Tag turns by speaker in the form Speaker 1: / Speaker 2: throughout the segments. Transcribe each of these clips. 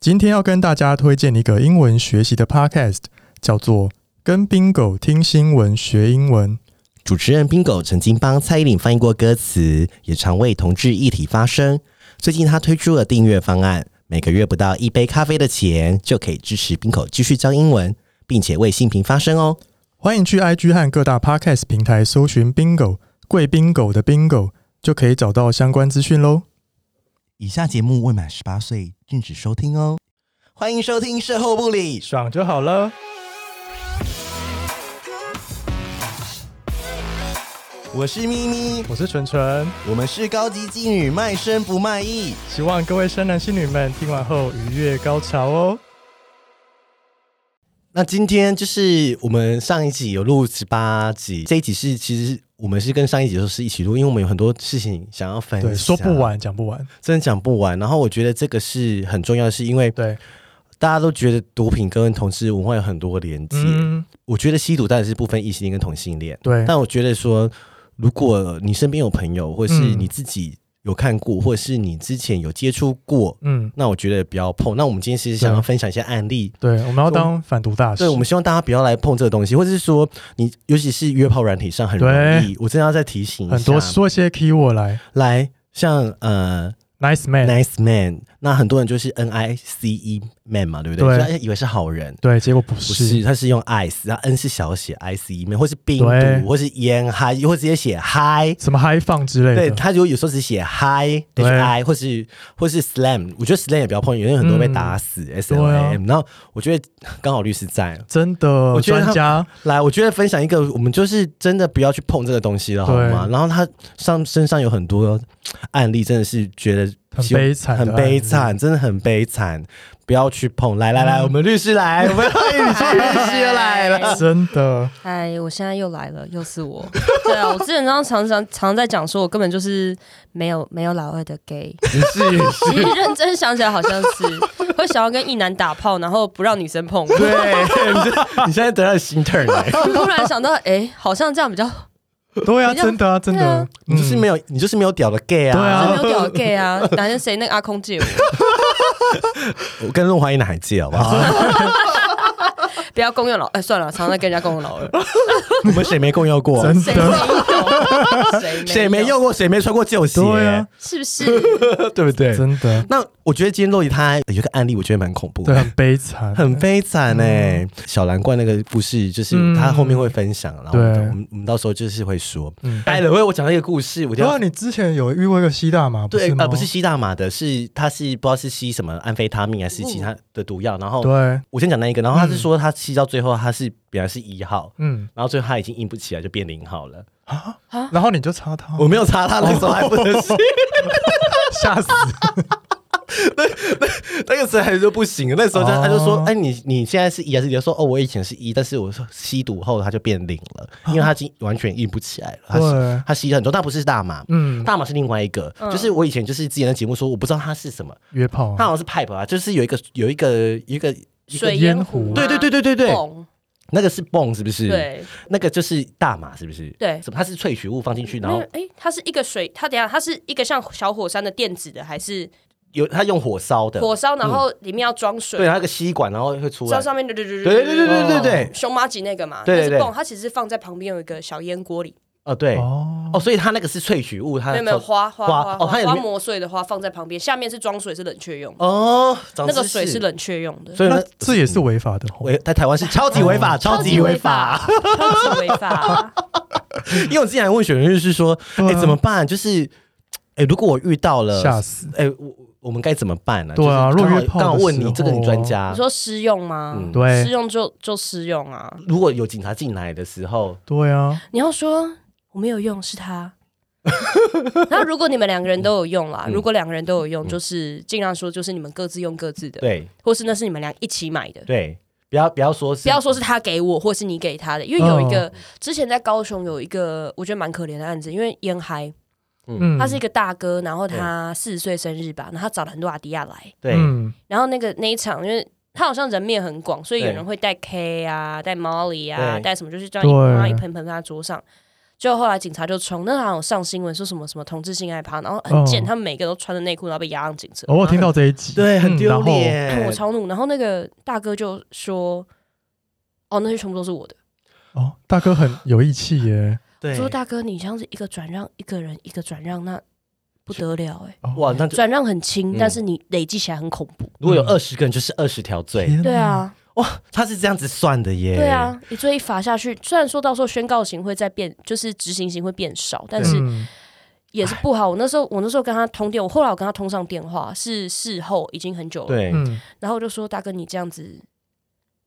Speaker 1: 今天要跟大家推荐一个英文学习的 podcast，叫做《跟 Bingo 听新闻学英文》。
Speaker 2: 主持人 Bingo 曾经帮蔡依林翻译过歌词，也常为同志议题发声。最近他推出了订阅方案，每个月不到一杯咖啡的钱就可以支持 Bingo 继续教英文，并且为性平发声哦。
Speaker 1: 欢迎去 IG 和各大 podcast 平台搜寻 Bingo 贵 Bingo 的 Bingo，就可以找到相关资讯喽。
Speaker 2: 以下节目未满十八岁禁止收听哦。欢迎收听社后不理，
Speaker 1: 爽就好了。
Speaker 2: 我是咪咪，
Speaker 1: 我是纯纯，
Speaker 2: 我们是高级妓女，卖身不卖艺。
Speaker 1: 希望各位生男性女们听完后愉悦高潮哦。
Speaker 2: 那今天就是我们上一集有录十八集，这一集是其实我们是跟上一集都是一起录，因为我们有很多事情想要分享，
Speaker 1: 对，说不，完，讲不完。
Speaker 2: 真的讲不完。然后我觉得这个是很重要的，是因为
Speaker 1: 对，
Speaker 2: 大家都觉得毒品跟同志文化有很多连接。
Speaker 1: 嗯，
Speaker 2: 我觉得吸毒当然是不分异性恋跟同性恋，
Speaker 1: 对，
Speaker 2: 但我觉得说，如果你身边有朋友，或是
Speaker 1: 嗯
Speaker 2: 你自己有看过，或是你之前有接触过，
Speaker 1: 嗯，
Speaker 2: 那我觉得不要碰。那我们今天其实想要
Speaker 1: 对
Speaker 2: 分享一些案例，
Speaker 1: 对，我们要当反毒大使。
Speaker 2: 对，我们希望大家不要来碰这个东西，或者是说你，尤其是约炮软体上很容易。我真的要再提醒一下，
Speaker 1: 很多说一些 key word 来
Speaker 2: 来像呃
Speaker 1: ，nice man，
Speaker 2: nice man，那很多人就是 N I C E man 嘛，对不对？
Speaker 1: 对
Speaker 2: 所以他以为是好人。
Speaker 1: 对，结果不
Speaker 2: 不
Speaker 1: 是，
Speaker 2: 是，他是用 ice，他 n 是小写 i c e man，或是病
Speaker 1: 对
Speaker 2: 毒，或是烟嗨，或直接写嗨，
Speaker 1: 什么嗨放之类
Speaker 2: 对
Speaker 1: 的，
Speaker 2: 他如果有时候只写 hi
Speaker 1: 对
Speaker 2: h i 或是或是 slam，我觉得 slam 也比较碰，因为很多被打死 s
Speaker 1: 对
Speaker 2: l
Speaker 1: 啊
Speaker 2: m。然后我觉得刚好律师在
Speaker 1: 真的，
Speaker 2: 我觉得
Speaker 1: 专
Speaker 2: 他
Speaker 1: 家
Speaker 2: 来，我觉得分享一个，我们就是真的不要去碰这个东西了，好吗？
Speaker 1: 对
Speaker 2: 然后他上身上有很多案例，真的是觉得
Speaker 1: 很悲惨嗯的案例
Speaker 2: 很悲惨，真的很悲惨，不要去碰。来来来，我们律师来，我们欢迎 你 去律师又来了。
Speaker 1: 真的，
Speaker 3: 哎，我现在又来了，又是我。对啊，我之前常常常常在讲说，我根本就是没有没有老二的 gay。
Speaker 2: 你是你是
Speaker 3: 其实认真想起来，好像是会想要跟一男打炮，然后不让女生碰。
Speaker 2: 对，你这你现在得到心疼了。欸
Speaker 3: 突然想到，哎、好像这样比较
Speaker 1: 对啊，
Speaker 3: 人家
Speaker 1: 真的啊，真
Speaker 3: 对
Speaker 1: 的
Speaker 3: 啊，
Speaker 2: 你就是
Speaker 1: 嗯
Speaker 2: 没有，你就是没有屌的 gay
Speaker 1: 对啊
Speaker 3: 没有屌 gay 啊。哪天谁那个阿空借我，
Speaker 2: 我跟陆华英哪还借好不好？
Speaker 1: 啊
Speaker 3: 不要共用老。哎、算了，常常在跟人家共用老 二，
Speaker 2: 我们谁没共用过？
Speaker 1: 真
Speaker 3: 谁没
Speaker 1: 的，
Speaker 3: 有？谁
Speaker 2: 谁没用过？谁没穿过旧鞋？
Speaker 1: 对啊，
Speaker 3: 是不是？
Speaker 2: 对不对？
Speaker 1: 真的，
Speaker 2: 那我觉得今天洛伊他有一个案例，我觉得蛮恐怖
Speaker 1: 对，啊
Speaker 2: 的，
Speaker 1: 很悲惨，
Speaker 2: 很悲惨哎、小蓝怪那个故事，就是
Speaker 1: 嗯
Speaker 2: 他后面会分享，然后
Speaker 1: 对
Speaker 2: 我们我们到时候就是会说。
Speaker 1: 嗯。
Speaker 2: 哎，了，为我讲到一个故事，我
Speaker 1: 对
Speaker 2: 觉
Speaker 1: 啊，
Speaker 2: 得
Speaker 1: 你之前有遇过一个吸大麻，
Speaker 2: 对
Speaker 1: 吗
Speaker 2: 呃不是吸大麻的，是他是不知道是吸什么安非他命还是其他的毒药，然后
Speaker 1: 对，
Speaker 2: 我先讲那一个，然后他是说他吸到最后他是本来是一号，
Speaker 1: 嗯
Speaker 2: 然后最后他已经硬不起来就变零号了，
Speaker 1: 啊，然后你就插他，
Speaker 2: 我没有插他那时候还不能
Speaker 1: 哦
Speaker 2: 吸，
Speaker 1: 吓死，
Speaker 2: 那个时候还是不行，那时候就
Speaker 1: 哦
Speaker 2: 他就说：“哎、你你现在是一还是零？”说：“哦，我以前是一，但是我说吸毒后他就变零了，因为他已经完全硬不起来了。他
Speaker 1: 对
Speaker 2: 吸他吸了很多，但不是大麻，
Speaker 1: 嗯，
Speaker 2: 大麻是另外一个。就是我以前就是之前的节目说，我不知道它是什么，
Speaker 1: 约炮
Speaker 2: 它，好像是 pipe 啊，就是有一个有一个有一个一个
Speaker 3: 水
Speaker 1: 烟
Speaker 3: 烟
Speaker 1: 壶
Speaker 3: 壶、啊，
Speaker 2: 对对对对对对，
Speaker 3: 蹦
Speaker 2: 那个是泵是不是？，
Speaker 3: 对。
Speaker 2: 那个就是大麻是不是？
Speaker 3: 对
Speaker 2: 什么？它是萃取物放进去，然
Speaker 3: 那
Speaker 2: 后
Speaker 3: 哎、它是一个水，它等一下它是一个像小火山的电子的，还是
Speaker 2: 有它用火烧的，
Speaker 3: 火烧？然后里面要装
Speaker 2: 对，
Speaker 3: 水，
Speaker 2: 它那个吸管然后会出
Speaker 3: 烧
Speaker 2: 来。
Speaker 3: 上面对对对
Speaker 2: 对对对对对对
Speaker 3: 哦熊麻吉那个嘛，
Speaker 2: 对对
Speaker 3: 那
Speaker 2: 对
Speaker 3: 是泵，它其实是放在旁边有一个小烟锅里，
Speaker 2: 哦，对，哦，
Speaker 1: 哦，
Speaker 2: 所以它那个是萃取物，它
Speaker 3: 没有没有花花
Speaker 2: 啊花
Speaker 3: 花
Speaker 2: 哦它有里
Speaker 3: 花
Speaker 2: 面
Speaker 3: 磨碎的花放在旁边，下面是装水是冷却用的，
Speaker 2: 哦，长
Speaker 3: 那个
Speaker 2: 知
Speaker 3: 水
Speaker 2: 识
Speaker 3: 是冷却用的，
Speaker 2: 所以呢
Speaker 1: 那，这也是违法的哦，
Speaker 2: 违在台湾是超级违法，超级违法。，
Speaker 3: 超级违法，
Speaker 2: 因为我之前还问选员是说，哎、
Speaker 1: 对啊
Speaker 2: 怎么办？就是，哎、如果我遇到了，
Speaker 1: 吓死，
Speaker 2: 哎、我我们该怎么办呢、
Speaker 1: 对啊
Speaker 2: 就是
Speaker 1: 如
Speaker 2: 刚好
Speaker 1: 果约炮的
Speaker 2: 刚好问
Speaker 1: 时候
Speaker 2: 你这个你专家
Speaker 3: 你，说湿用吗
Speaker 2: 嗯？
Speaker 3: 湿
Speaker 1: 对
Speaker 3: 用就就湿用啊，
Speaker 2: 如果有警察进来的时候，
Speaker 1: 对啊，
Speaker 3: 你要说我没有用是 他。那如果你们两个人都有用啦，
Speaker 2: 嗯
Speaker 3: 如果两个人都有用，就是尽量说就是你们各自用各自的，
Speaker 2: 对
Speaker 3: 或是那是你们俩一起买的，
Speaker 2: 对，不要不要说是，
Speaker 3: 不要说是他给我或是你给他的，因为有一
Speaker 2: 哦
Speaker 3: 个之前在高雄有一个我觉得蛮可怜的案子，因为烟嗨，
Speaker 1: 嗯，
Speaker 3: 他是一个大哥，然后他四十岁生日吧，然后他找了很多阿迪亚来，
Speaker 2: 对、
Speaker 1: 嗯
Speaker 3: 然后那个那一场因为。他好像人面很广，所以有
Speaker 2: 对
Speaker 3: 人会带 K 啊，带 Molly 啊，
Speaker 2: 对
Speaker 3: 带什么，就是这
Speaker 1: 对
Speaker 3: 样一盆一盆盆放在桌上。就后来警察就冲，那好像有上新闻说什么什么同志性爱趴，然后很贱，
Speaker 1: 哦
Speaker 3: 他们每个都穿着内裤，然后被押上警车。
Speaker 1: 哦我有听
Speaker 3: 然后
Speaker 1: 到这一集，
Speaker 2: 对，
Speaker 1: 嗯
Speaker 2: 很丢。
Speaker 1: 然后
Speaker 2: 脸。
Speaker 3: 我超怒，然后那个大哥就说：“哦，那些全部都是我的。
Speaker 1: 哦，大哥很有义气耶。
Speaker 2: 对，”
Speaker 3: 说大哥，你这样子一个转让一个人一个转让，那不得了哎、
Speaker 1: 哦
Speaker 2: 哇，，那就
Speaker 3: 转让很轻
Speaker 2: 嗯，
Speaker 3: 但是你累积起来很恐怖。
Speaker 2: 如果有二十个人，就是二十条罪。
Speaker 1: 嗯天嗯
Speaker 3: 对啊，
Speaker 2: 哇，他是这样子算的耶。
Speaker 3: 对，啊，你追一罚下去，虽然说到时候宣告刑会再变，就是执行刑会变少，但
Speaker 1: 哪，
Speaker 3: 是
Speaker 1: 嗯
Speaker 3: 也是不好。我那时候我那时候跟他通电，我后来我跟他通上电话，是事后已经很久了。
Speaker 2: 对，
Speaker 1: 嗯，
Speaker 3: 然后我就说：“大哥，你这样子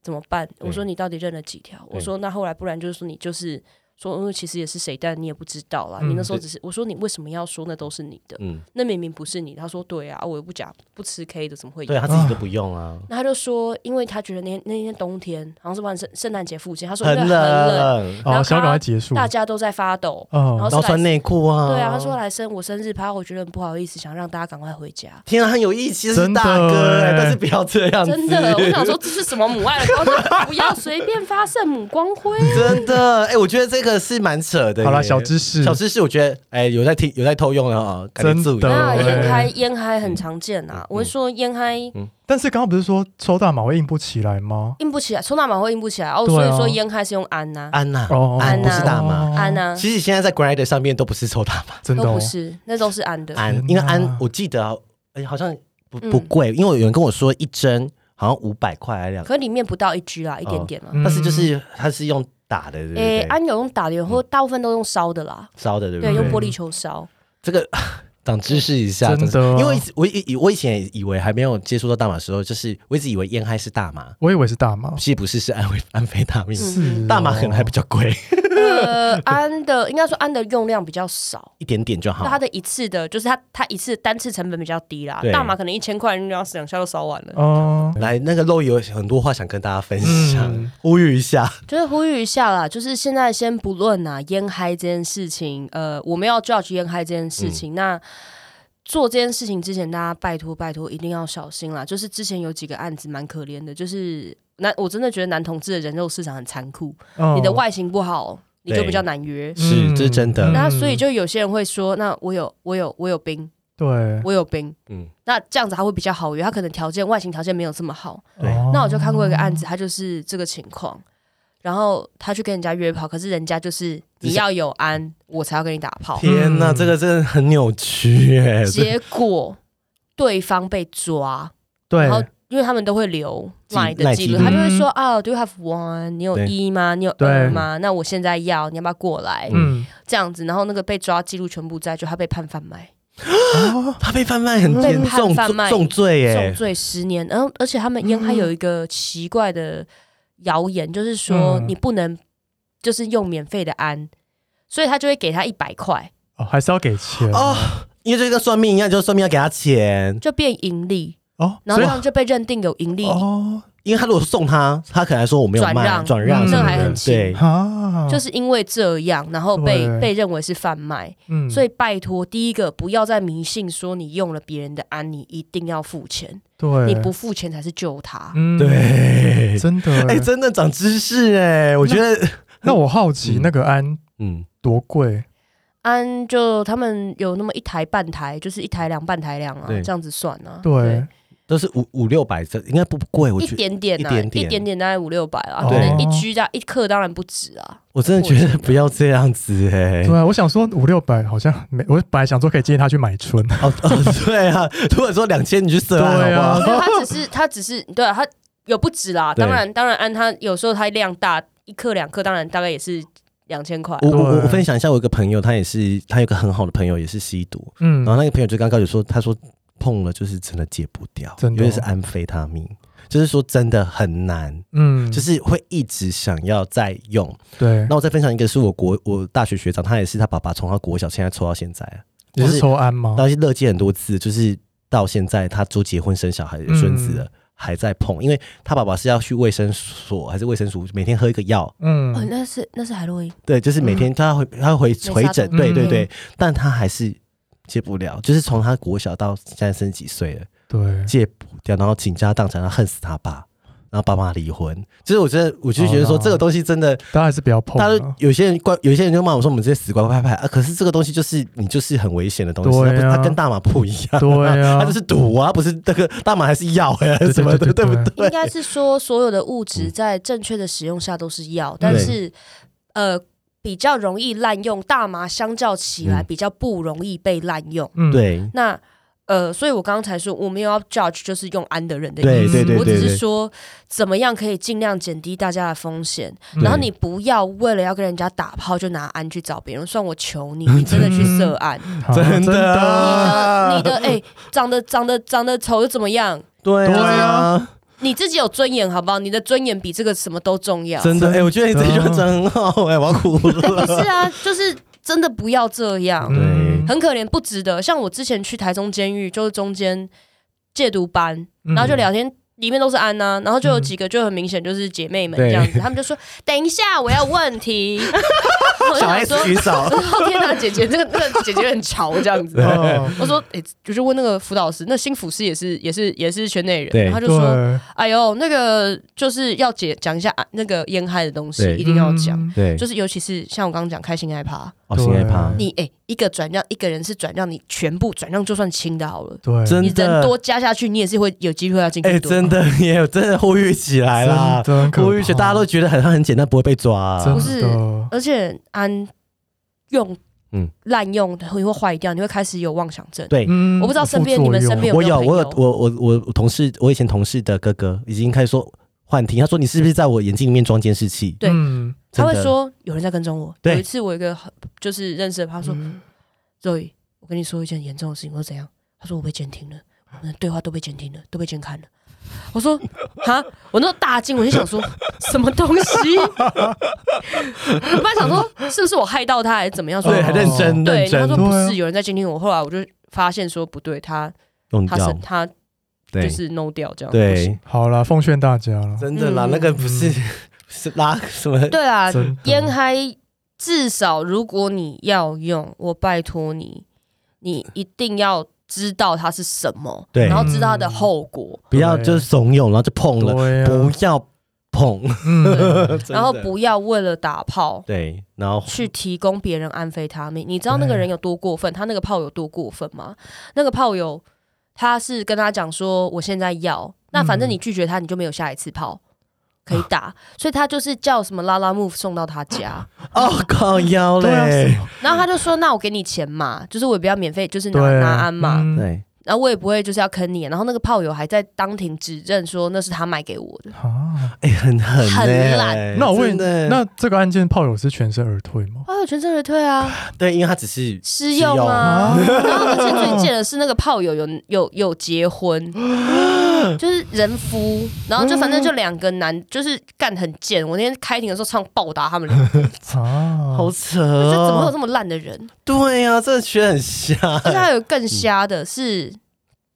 Speaker 3: 怎么办？”我说：“你到底认了几条？”我说：“那后来不然就是说你就是说，因为其实也是谁，但你也不知道啦。
Speaker 1: 嗯
Speaker 3: 你那时候只是我说你为什么要说那都是你的？
Speaker 2: 嗯，
Speaker 3: 那明明不是你的。”他说：“对啊，我又不假不吃 K 的，怎么会有？”
Speaker 2: 对他自己都不用啊，
Speaker 3: 然后他就说，因为他觉得那天那天冬天好像是万圣圣诞节附近，他说因
Speaker 2: 很
Speaker 3: 为很冷，
Speaker 2: 冷，
Speaker 3: 然
Speaker 1: 好，
Speaker 3: 后
Speaker 1: 想要赶
Speaker 3: 他
Speaker 1: 快结束。
Speaker 3: 大家都在发抖。然
Speaker 1: 哦
Speaker 3: 后
Speaker 2: 然后穿内裤啊。
Speaker 3: 对啊，他说来生我生日趴，我觉得很不好意思，想让大家赶快回家。
Speaker 2: 天啊，很有义气，这是
Speaker 1: 真的
Speaker 2: 大哥哎，
Speaker 1: 哎
Speaker 2: 但是不要这样子。
Speaker 3: 真的，我想说这是什么母爱的高潮？不要随便发圣母光辉。
Speaker 2: 真的，哎、我觉得这个是蛮扯的耶。
Speaker 1: 好啦，小知识，
Speaker 2: 小知识，我觉得哎、有在听，有在偷用了啊，感觉
Speaker 1: 真
Speaker 2: 自我
Speaker 1: 的
Speaker 3: 那
Speaker 1: 对
Speaker 3: 烟嗨烟嗨很常见啊，我是说烟嗨
Speaker 1: 但是刚刚不是说抽大麻会硬不起来吗？
Speaker 3: 硬不起来，抽大麻会硬不起来哦，
Speaker 1: 对
Speaker 3: 所
Speaker 1: 啊
Speaker 3: 以说烟嗨是用安呐
Speaker 2: 安娜、
Speaker 1: 哦，
Speaker 2: 安
Speaker 3: 不是
Speaker 2: 大麻
Speaker 1: 哦
Speaker 3: 安，呐，
Speaker 2: 其实现在在 Grinder 上面都不是抽大麻，
Speaker 1: 真的
Speaker 3: 都
Speaker 1: 哦
Speaker 3: 不是，那都是安的。
Speaker 2: 安
Speaker 1: 天，哪
Speaker 2: 因为安我记得啊哎、好像不
Speaker 3: 嗯
Speaker 2: 不贵，因为有人跟我说一针好像五百块还是两，
Speaker 3: 可里面不到一 G 啦，一点点啦。
Speaker 1: 嗯
Speaker 2: 但是就是它是用打的，对不
Speaker 3: 诶
Speaker 2: 对，？嗯
Speaker 3: 安有用打的，有或大部分都用烧的啦，
Speaker 2: 烧的，对不
Speaker 3: 对，用
Speaker 2: 对？
Speaker 3: 玻璃球烧。
Speaker 2: 这个长知识一下，
Speaker 1: 真的
Speaker 2: 长知识
Speaker 1: 哦
Speaker 2: 因为我一直我以我以前也以为还没有接触到大麻的时候，就是我一直以为烟嗨是大麻，
Speaker 1: 我以为是大麻，
Speaker 2: 其实不是，是安慰安非他命。
Speaker 3: 嗯
Speaker 1: 是哦
Speaker 2: 大麻可能还比较贵，
Speaker 3: 呃，安的应该说安的用量比较少，
Speaker 2: 一点点就好
Speaker 3: 那。它的一次的，就是它它一次单次成本比较低啦
Speaker 2: 对。嗯
Speaker 3: 大麻可能一千块，你两两下就烧完了。
Speaker 1: 哦，
Speaker 2: 来，那个肉有很多话想跟大家分享，
Speaker 1: 嗯
Speaker 2: 呼吁一下。
Speaker 3: 就是呼吁一下啦，就是现在先不论啊烟嗨这件事情，呃，我们要 judge 烟嗨这件事
Speaker 2: 嗯
Speaker 3: 情，那。做这件事情之前，大家拜托拜托，一定要小心啦！就是之前有几个案子蛮可怜的，就是男，我真的觉得男同志的人肉市场很残酷。
Speaker 1: 哦
Speaker 3: 你的外形不好，你就
Speaker 2: 对
Speaker 3: 比较难约。
Speaker 2: 是
Speaker 1: 嗯
Speaker 2: 这是真的
Speaker 3: 那所以就有些人会说，那我有我有我有兵，
Speaker 1: 对，
Speaker 3: 我有兵，
Speaker 2: 嗯，
Speaker 3: 那这样子他会比较好约，他可能条件外形条件没有这么好。
Speaker 2: 对
Speaker 1: 哦
Speaker 3: 那我就看过一个案子，他就是这个情况，然后他去跟人家约炮，可是人家就是
Speaker 2: 只
Speaker 3: 你
Speaker 2: 想
Speaker 3: 要有安，我才要跟你打炮。
Speaker 2: 天哪，
Speaker 1: 嗯
Speaker 2: 这个真的很扭曲耶！
Speaker 3: 结果对方被抓，
Speaker 1: 哦对
Speaker 3: 然，后因为他们都会留
Speaker 2: 记
Speaker 3: 买
Speaker 2: 赖
Speaker 3: 的记
Speaker 2: 记
Speaker 3: 录，
Speaker 2: 录
Speaker 3: 他就会说啊、d o you have one？你有
Speaker 2: 对
Speaker 3: 一吗？你有
Speaker 1: 对
Speaker 3: 二吗？那我现在要，你要不要过来？
Speaker 1: 嗯，
Speaker 3: 这样子，然后那个被抓记录全部在，就他被判贩卖，
Speaker 1: 哦
Speaker 2: 他被贩卖很
Speaker 1: 被
Speaker 2: 严
Speaker 3: 判
Speaker 2: 重
Speaker 3: 贩卖
Speaker 2: 重罪
Speaker 3: 重
Speaker 2: 耶，
Speaker 3: 罪十年。然后，而且他们烟还有一个奇怪的谣言，就是说
Speaker 1: 嗯
Speaker 3: 你不能就是用免费的安，所以他就会给他一百块，
Speaker 1: 哦还是要给钱
Speaker 2: 哦因为就跟算命一样，就是算命要给他钱，
Speaker 3: 就变盈利，
Speaker 1: 哦，
Speaker 3: 然后
Speaker 1: 所以
Speaker 3: 这样就被认定有盈利，
Speaker 1: 哦
Speaker 2: 因为他如果送他，他可能还说我没有
Speaker 3: 转
Speaker 2: 卖
Speaker 3: 让
Speaker 2: 转让
Speaker 1: 嗯
Speaker 2: 什么的，
Speaker 1: 那还很
Speaker 3: 轻
Speaker 2: 对，
Speaker 1: 啊，
Speaker 3: 就是因为这样，然后被
Speaker 1: 对
Speaker 3: 被认为是贩卖。
Speaker 1: 嗯
Speaker 3: 所以拜托，第一个不要再迷信说你用了别人的安，你一定要付钱，
Speaker 1: 对
Speaker 3: 你不付钱才是救他。
Speaker 1: 嗯
Speaker 2: 对，
Speaker 1: 真的
Speaker 2: 哎、
Speaker 1: 哎，
Speaker 2: 真的长知识哎，我觉得，
Speaker 1: 那我好奇
Speaker 2: 嗯
Speaker 1: 那个安
Speaker 2: 嗯，
Speaker 1: 多贵？
Speaker 3: 安就他们有那么一台半台，就是一台两半台两啊
Speaker 2: 对，
Speaker 3: 这样子算啊。
Speaker 1: 对，
Speaker 2: 都是五五六百，这应该不贵，我
Speaker 3: 一
Speaker 2: 觉得，
Speaker 3: 点点啊，
Speaker 2: 一点点
Speaker 3: 大概五六百啊，
Speaker 1: 哦
Speaker 3: 可能一居大一克当然不止 啊。
Speaker 2: 我真的觉得不要这样子哎，
Speaker 1: 对啊，我想说五六百好像没，我本来想说可以建议他去买春，
Speaker 2: 哦哦，对啊，如果说两千你去色案
Speaker 1: 对
Speaker 2: 好不
Speaker 1: 啊
Speaker 2: 好？
Speaker 3: 没有，它只是它只是对啊，它有不止啦。
Speaker 2: 对
Speaker 3: 当然当然，按它有时候它量大，一克两克，当然大概也是两千块。啊
Speaker 2: 我我
Speaker 1: 对
Speaker 2: 我分享一下，我有个朋友，他也是，他有个很好的朋友，也是吸毒，
Speaker 1: 嗯
Speaker 2: 然后那个朋友就刚刚有说，他说碰了就是真的戒不掉，
Speaker 1: 真的哦
Speaker 2: 因为是安非他命，就是说真的很难，
Speaker 1: 嗯，
Speaker 2: 就是会一直想要再用。
Speaker 1: 对
Speaker 2: 那，我再分享一个，是我国我大学学长，他也是他爸爸从他国小现在抽到现在，
Speaker 1: 你
Speaker 2: 就是
Speaker 1: 是抽安吗？
Speaker 2: 但是乐戒很多次，就是到现在他都结婚生小孩有孙子了。
Speaker 1: 嗯
Speaker 2: 还在碰，因为他爸爸是要去卫生所还是卫生署，每天喝一个药，
Speaker 3: 哦，
Speaker 1: 嗯，
Speaker 3: 那是那是海洛因，
Speaker 2: 对，就是每天他会他会回
Speaker 3: 没
Speaker 2: 回
Speaker 3: 杀
Speaker 2: 诊，
Speaker 3: 虫
Speaker 2: 对对
Speaker 1: 嗯
Speaker 2: 对，但他还是戒不了，就是从他国小到现在三十几岁了，
Speaker 1: 对，
Speaker 2: 戒不掉，然后倾家荡产，他恨死他爸，然后爸妈离婚，就是我觉得，我就觉得说
Speaker 1: 哦
Speaker 2: 这个东西真的，
Speaker 1: 大家还是不要碰
Speaker 2: 大家
Speaker 1: 啊
Speaker 2: 都。有些人怪，有些人就骂我说我们这些死乖乖派派啊，可是这个东西就是你就是很危险的东西，
Speaker 1: 对
Speaker 2: 它不
Speaker 1: 啊
Speaker 2: 它跟大麻不一样，
Speaker 1: 对啊
Speaker 2: 它就是赌啊，不是那个大麻还是药哎、
Speaker 1: 对对
Speaker 2: 什么的，
Speaker 1: 对
Speaker 2: 对
Speaker 1: 对
Speaker 2: 不
Speaker 1: 对
Speaker 2: 对？
Speaker 3: 应
Speaker 2: 嗯
Speaker 3: 该是说所有的物质在正确的使用下都是药，但是呃比较容易滥用，大麻相较起来
Speaker 2: 嗯
Speaker 3: 比较不容易被滥用。
Speaker 1: 嗯，
Speaker 2: 对
Speaker 3: 那呃，所以我刚才说我没有要 judge 就是用安的人的
Speaker 2: 对
Speaker 3: 意
Speaker 2: 对
Speaker 3: 思，
Speaker 2: 对
Speaker 3: 我
Speaker 2: 对
Speaker 3: 只是
Speaker 2: 对，
Speaker 3: 说怎么样可以尽量减低大家的风险，
Speaker 1: 嗯
Speaker 3: 然后你不要为了要跟人家打炮就拿安去找别人，算我求 你，你真的去涉案，
Speaker 1: 好
Speaker 2: 真
Speaker 1: 真
Speaker 2: 的啊
Speaker 3: 你的你的哎、长得长得长得丑又怎么样？
Speaker 2: 对
Speaker 1: 对
Speaker 2: 啊
Speaker 1: 啊，
Speaker 3: 你自己有尊严好不好？你的尊严比这个什么都重要。
Speaker 2: 真的哎、我觉得你这句话
Speaker 1: 嗯
Speaker 2: 讲得很好哎、我要哭 了，
Speaker 3: 是啊，就是真的不要这样，
Speaker 1: 嗯
Speaker 3: 很可怜，不值得。像我之前去台中监狱，就是中间戒毒班，
Speaker 1: 嗯
Speaker 3: 然后就聊天。里面都是安呐、然后就有
Speaker 1: 嗯
Speaker 3: 几个就很明显就是姐妹们
Speaker 2: 对
Speaker 3: 这样子，她们就说：“等一下，我要问题。” 我就
Speaker 2: 小
Speaker 3: 想
Speaker 2: S
Speaker 3: 说：“
Speaker 2: 举手，
Speaker 3: 哦天哪，姐姐，这个那个姐姐很潮这 样子。
Speaker 1: 哦”
Speaker 3: 我说：“诶，就是问那个辅导师，那新辅师也是也是也是圈内
Speaker 2: 对啊
Speaker 3: 人，他就说：
Speaker 1: 对，
Speaker 3: 哎呦，那个就是要解讲一下啊那个烟害的东西
Speaker 2: 对，
Speaker 3: 一定要讲。
Speaker 1: 嗯
Speaker 2: 对
Speaker 3: 就是尤其是像我刚刚讲开心害怕，
Speaker 2: 哦，心害怕，
Speaker 1: 对
Speaker 3: 你哎、一个转让，一个人是转让，你全部转让就算轻的好了，
Speaker 1: 对，
Speaker 2: 真
Speaker 3: 你
Speaker 2: 的
Speaker 3: 人多加下去，你也是会有机会要进去
Speaker 2: 哎、
Speaker 3: 多。
Speaker 2: 真的 也有真的呼吁起来啦，
Speaker 1: 啊真的很可怕
Speaker 2: 呼吁起来，大家都觉得好像很简单，不会被抓、啊
Speaker 1: 真，
Speaker 3: 不是
Speaker 1: 的
Speaker 3: 而且安用
Speaker 2: 嗯
Speaker 3: 滥用，你会坏掉，你会开始有妄想症。
Speaker 2: 对。
Speaker 1: 嗯
Speaker 3: 我不知道身边
Speaker 1: 副
Speaker 3: 你
Speaker 1: 作
Speaker 3: 们
Speaker 1: 用
Speaker 3: 身边
Speaker 2: 我
Speaker 3: 没有
Speaker 2: 我有
Speaker 3: 朋友
Speaker 2: 我我我我同事，我以前同事的哥哥已经开始说幻听，他说你是不是在我眼睛里面装监视器？
Speaker 3: 对
Speaker 1: 嗯
Speaker 3: 他会
Speaker 2: 真的
Speaker 3: 说有人在跟踪我。
Speaker 2: 对
Speaker 3: 有一次我有一个很就是认识的朋友，他说
Speaker 1: 嗯
Speaker 3: Zoe，我跟你说一件严重的事情。我说怎样？他说我被监听了，我们的对话都被监听了，都被监看了。我说哈，我那时候大惊，我就想 说什么东西？ 我本来想说是不是我害到他，还是怎么样？说
Speaker 2: 对，哦很认真，
Speaker 3: 对，
Speaker 2: 认
Speaker 3: 然
Speaker 2: 真
Speaker 3: 后他
Speaker 1: 对
Speaker 3: 说不
Speaker 1: 啊
Speaker 3: 是，有人在监听我。后来我就发现说不对，他
Speaker 2: 用
Speaker 3: 他是
Speaker 2: 掉，
Speaker 3: 他
Speaker 2: 对
Speaker 3: 就是 no 掉这样。不行
Speaker 2: 对，
Speaker 1: 好啦，奉劝大家了，
Speaker 2: 真的啦，
Speaker 3: 嗯
Speaker 2: 那 个不是是拉什么？
Speaker 3: 对啊，
Speaker 1: 真的
Speaker 3: 烟嗨至少如果你要用，我拜托你，你一定要知道它是什么，
Speaker 2: 对
Speaker 3: 然后知道它的后果，
Speaker 2: 不要
Speaker 1: 对
Speaker 2: 就是怂恿，然后就碰了，
Speaker 1: 对啊
Speaker 2: 不要碰，
Speaker 1: 嗯，
Speaker 2: 真的
Speaker 3: 然后不要为了打炮。
Speaker 2: 对，然后
Speaker 3: 去提供别人安非他命，你知道那个人有多过分？他那个炮友多过分吗？那个炮友他是跟他讲说，我现在要，那反正你拒绝他，你就没有下一次炮可以打，所以他就是叫什么拉拉 move 送到他家，
Speaker 2: 哦靠腰
Speaker 1: 对啊
Speaker 2: 嘞，
Speaker 3: 然后他就说，那我给你钱嘛，就是我也不要免费，就是拿
Speaker 1: 对
Speaker 3: 拿
Speaker 1: 啊
Speaker 3: 安嘛，
Speaker 1: 嗯
Speaker 2: 对，
Speaker 3: 然后我也不会就是要坑你，然后那个炮友还在当庭指认说那是他买给我的，
Speaker 1: 啊，
Speaker 2: 哎，很狠
Speaker 3: 很
Speaker 2: 欸
Speaker 3: 烂
Speaker 1: 那我问
Speaker 2: 真的
Speaker 1: 那这个案件炮友是全身而退吗？
Speaker 3: 炮友全身而退啊，
Speaker 2: 对，因为他只是
Speaker 3: 失用啊，然后而且最贱的是那个炮友有有有 结婚，就是人夫，然后就反正就两个男就是干很贱，我那天开庭的时候唱暴打他们俩，
Speaker 1: 啊，
Speaker 2: 好扯
Speaker 3: 我觉得怎么会
Speaker 2: 哦，
Speaker 3: 有这么烂的人？
Speaker 2: 对呀，这学很瞎，
Speaker 3: 而且还有更瞎的是，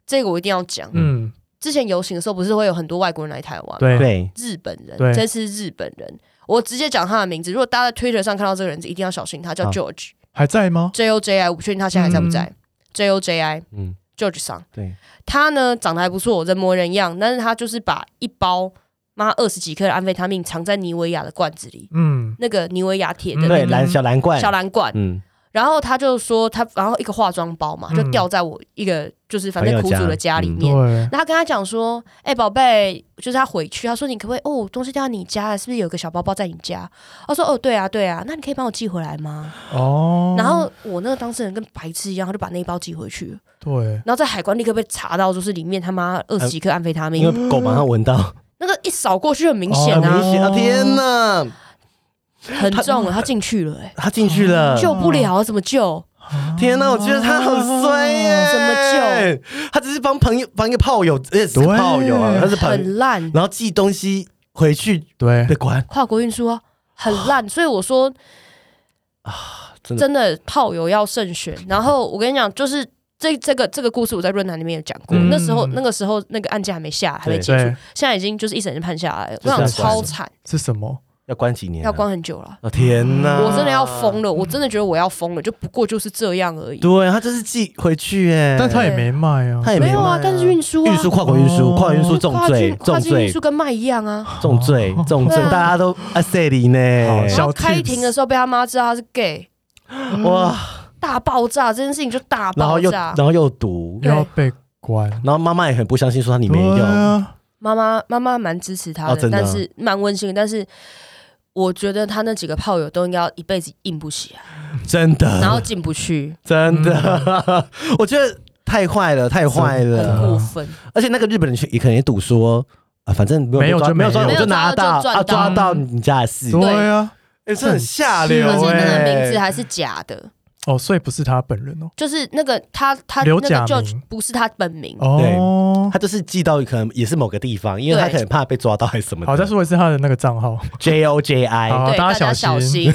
Speaker 3: 这个我一定要讲，
Speaker 1: 嗯，
Speaker 3: 之前游行的时候不是会有很多外国人来台湾吗？
Speaker 1: 对，
Speaker 2: 对，
Speaker 3: 日本人，
Speaker 1: 对
Speaker 3: 这次日本人，我直接讲他的名字。如果大家在 Twitter 上看到这个人，一定要小心，他叫
Speaker 2: 好
Speaker 3: George
Speaker 1: 还在吗？
Speaker 3: J O J I，我不确定他现在还在不在。J O J I
Speaker 2: 嗯，
Speaker 3: George 上，
Speaker 2: 对，
Speaker 3: 他呢长得还不错，人模人样，但是他就是把一包妈二十几克的安非他命藏在妮维雅的罐子里，
Speaker 1: 嗯，
Speaker 3: 那个妮维雅铁
Speaker 1: 嗯
Speaker 3: 的那
Speaker 2: 对，
Speaker 3: 个
Speaker 2: 蓝小蓝罐，
Speaker 3: 小蓝罐，
Speaker 2: 嗯，
Speaker 3: 然后他就说他，然后一个化妆包嘛，
Speaker 1: 嗯
Speaker 3: 就掉在我一个就是反正
Speaker 2: 朋友
Speaker 3: 苦
Speaker 2: 家
Speaker 3: 主的家里
Speaker 2: 嗯
Speaker 3: 面，
Speaker 1: 对，
Speaker 3: 然后他跟他讲说：“哎、宝贝，就是他回去，他说你可不可以哦，东西掉到你家了，是不是有个小包包在你家？”他说：“哦，对啊，对啊，那你可以帮我寄回来吗？”
Speaker 1: 哦，
Speaker 3: 然后我那个当事人跟白痴一样，他就把那一包寄回去了，
Speaker 1: 对，
Speaker 3: 然后在海关立刻被查到，就是里面他妈二十几克安非他命，
Speaker 2: 因为狗马上闻到，
Speaker 3: 那个一扫过去很明显
Speaker 2: 很
Speaker 1: 哦
Speaker 3: 啊，
Speaker 2: 明显啊，天哪，
Speaker 3: 很重啊，他进去了、哎，
Speaker 2: 他进去了，
Speaker 3: 救不了、啊，怎么救？
Speaker 1: 啊
Speaker 2: 天哪，我觉得他很衰耶、
Speaker 3: 怎么
Speaker 2: 救？他只是帮朋友帮一个炮友，而且是
Speaker 1: 对
Speaker 2: 炮友啊，他是朋友，
Speaker 3: 很烂，
Speaker 2: 然后寄东西回去
Speaker 1: 对
Speaker 2: 被，关，
Speaker 3: 跨国运输啊，很烂，所以我说
Speaker 2: 啊真的
Speaker 3: 真的炮友要慎选。然后我跟你讲，就是这这个这个故事，我在论坛里面有讲过。
Speaker 1: 嗯
Speaker 3: 那时候那个时候那个案件还没下，还没
Speaker 2: 对
Speaker 3: 结束
Speaker 1: 对，
Speaker 3: 现在已经就是一审已经判下来了，
Speaker 2: 就
Speaker 3: 我
Speaker 2: 是
Speaker 3: 想
Speaker 2: 要关
Speaker 3: 超
Speaker 2: 了
Speaker 3: 惨。
Speaker 1: 是什么？
Speaker 2: 要关几年啊？
Speaker 3: 要关很久了。
Speaker 2: 哦天哪！
Speaker 3: 我真的要疯了，我真的觉得我要疯了，就不过就是这样而已。
Speaker 2: 对他这是寄回去哎，
Speaker 1: 但他也没卖啊，
Speaker 2: 他也
Speaker 3: 没有
Speaker 2: 卖
Speaker 3: 啊，但是运输啊，
Speaker 2: 运输跨国运输，
Speaker 1: 哦
Speaker 2: 跨国运输重
Speaker 3: 跨
Speaker 2: 罪
Speaker 3: 境，跨
Speaker 2: 重
Speaker 3: 境运
Speaker 2: 罪
Speaker 3: 输，跟卖一样啊。
Speaker 2: 重罪，重罪，
Speaker 3: 对啊
Speaker 2: 大家都阿塞里呢
Speaker 1: 好，
Speaker 3: 然后
Speaker 1: 小
Speaker 3: 开
Speaker 1: tips
Speaker 3: 庭的时候被他妈知道他是 gay，
Speaker 2: 哇，
Speaker 3: 大爆炸，这件事情就大
Speaker 2: 然后
Speaker 3: 爆
Speaker 2: 又
Speaker 3: 炸
Speaker 2: 然。后又毒，
Speaker 1: 要被关。
Speaker 2: 然后妈妈也很不相信，说他你没
Speaker 1: 对
Speaker 2: 有，
Speaker 1: 啊，
Speaker 3: 妈妈妈妈蛮支持他
Speaker 2: 哦
Speaker 3: 的，
Speaker 2: 真的啊
Speaker 3: 但是蛮温馨的。但是我觉得他那几个炮友都应该要一辈子硬不起来，
Speaker 2: 真
Speaker 3: 然后
Speaker 2: 的，
Speaker 3: 进 不去，
Speaker 2: 真的， 我觉得太坏了，太坏
Speaker 3: 很
Speaker 2: 了，
Speaker 3: 过分。
Speaker 2: 而且那个日本人去也可能也赌说。啊，反正没
Speaker 1: 没有
Speaker 2: 抓
Speaker 1: 就
Speaker 2: 没有抓，
Speaker 1: 没
Speaker 2: 我
Speaker 1: 有
Speaker 2: 就拿到，
Speaker 3: 没有抓
Speaker 2: 啊，
Speaker 3: 到就赚到
Speaker 2: 抓到你家的事，
Speaker 1: 对啊，
Speaker 2: 哎，这很下
Speaker 1: 有
Speaker 2: 流
Speaker 1: 欸
Speaker 3: 而且那个名字
Speaker 2: 哎，
Speaker 3: 还是假的，
Speaker 1: 哦，所以不是他本人哦，
Speaker 3: 就是那个他他那
Speaker 1: 刘
Speaker 3: 个
Speaker 1: 假
Speaker 3: judge
Speaker 1: 名
Speaker 3: 不是他本名，
Speaker 1: 哦，
Speaker 2: 他就是寄到可能也是某个地方，因为他
Speaker 3: 对
Speaker 2: 可能怕被抓到还是什么的。
Speaker 1: 好，再说一次他的那个账 号，
Speaker 2: J O J I，
Speaker 1: 好
Speaker 3: 对
Speaker 1: 哦大家
Speaker 3: 家
Speaker 1: 小
Speaker 3: 小
Speaker 1: 心
Speaker 3: 心，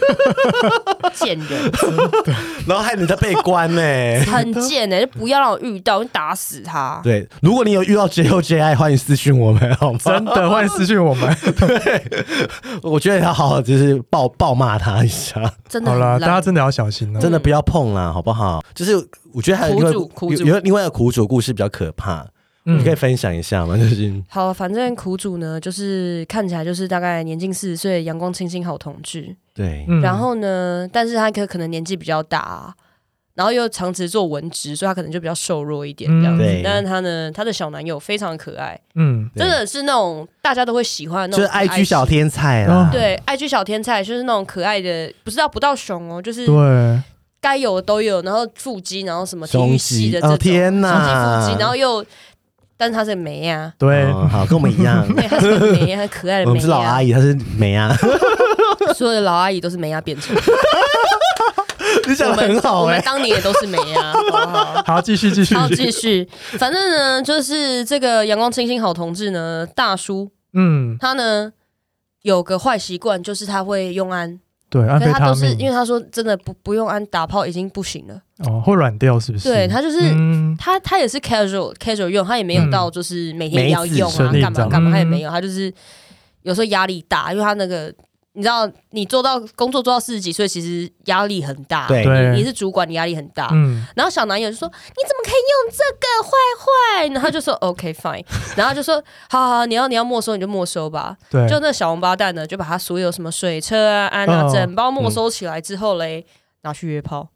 Speaker 3: 贱人，
Speaker 2: 然后害人家被关欸呢、
Speaker 3: 很贱呢，就不要让我遇到，我就打死他。
Speaker 2: 对，如果你有遇到 J O J I，欢迎私讯我们，好吗？
Speaker 1: 真的欢迎私讯我 们。
Speaker 2: 我觉得要好好就是暴暴骂他一下，
Speaker 3: 真的
Speaker 1: 好
Speaker 3: 很
Speaker 1: 啦，
Speaker 3: 烂，
Speaker 1: 大家真的要小心哦。
Speaker 2: 真的不要碰啦，好不好？就是我觉得还有另外
Speaker 3: 苦主苦主
Speaker 2: 有有另外一个苦主故事比较可怕，
Speaker 1: 嗯
Speaker 2: 你可以分享一下吗？就是
Speaker 3: 好，反正苦主呢，就是看起来就是大概年近四十岁，阳光清新好同志。
Speaker 2: 对，
Speaker 1: 嗯
Speaker 3: 然后呢，但是他可可能年纪比较大、啊，然后又长期做文职，所以他可能就比较瘦弱一点这样
Speaker 1: 嗯
Speaker 3: 子。
Speaker 2: 对
Speaker 3: 但是他呢，他的小男友非常可爱，
Speaker 1: 嗯，
Speaker 2: 对
Speaker 3: 真的是那种大家都会喜欢的
Speaker 2: 就是
Speaker 3: 那种
Speaker 2: IG 小
Speaker 3: 天。
Speaker 2: 天才啦，
Speaker 3: 对，爱居小天才就是那种可爱的，不是到不到熊哦，就是
Speaker 1: 对，
Speaker 3: 该有的都有，然后腹肌，然后什么体
Speaker 2: 胸
Speaker 3: 育系
Speaker 2: 肌
Speaker 3: 的这
Speaker 2: 哦
Speaker 3: 种，
Speaker 2: 天
Speaker 3: 胸
Speaker 2: 哪，
Speaker 3: 肌腹肌，然后又，但是他是梅呀、
Speaker 1: 对，
Speaker 2: 哦好跟我们一样，
Speaker 3: 对，他是梅呀，很可爱的
Speaker 2: 我
Speaker 3: 梅
Speaker 2: 们
Speaker 3: 呀、
Speaker 2: 是老阿姨，她是美啊，
Speaker 3: 所有的老阿姨都是梅亚变 成的，
Speaker 2: 你讲的很好
Speaker 3: 我
Speaker 2: 哎、
Speaker 3: 们当年也都是梅亚，好不好？
Speaker 1: 好，继续 继续，
Speaker 3: 好，继续。反正呢，就是这个阳光清新好同志呢，大叔
Speaker 1: 嗯，
Speaker 3: 他呢有个坏习惯，就是他会用安，
Speaker 1: 对，安非
Speaker 3: 可是他
Speaker 1: 他
Speaker 3: 都是因
Speaker 1: 命
Speaker 3: 为他说真的不不用安打炮已经不行了。
Speaker 1: 哦，会软掉是不是？
Speaker 3: 对他就是
Speaker 1: 嗯
Speaker 3: 他他也是 casual casual 用，他也没有到就是每天要用
Speaker 2: 每
Speaker 1: 一
Speaker 3: 啊
Speaker 1: 次
Speaker 3: 干嘛
Speaker 1: 嗯
Speaker 3: 干嘛，他也没有，他就是有时候压力大，因为他那个你知道，你做到工作做到四十几岁，其实压力很大。
Speaker 2: 对
Speaker 1: 对
Speaker 3: 你你是主管，你压力很大。
Speaker 1: 嗯，
Speaker 3: 然后小男友就说：“你怎么可以用这个？坏坏！”然后他就说：“OK fine。”然后就说：“好好，好你要你要没收你就没收吧。”
Speaker 1: 对，
Speaker 3: 就那小王八蛋呢，就把他所有什么水车啊、安啊
Speaker 1: 哦
Speaker 3: 整包没收起来之后嘞，拿去约炮。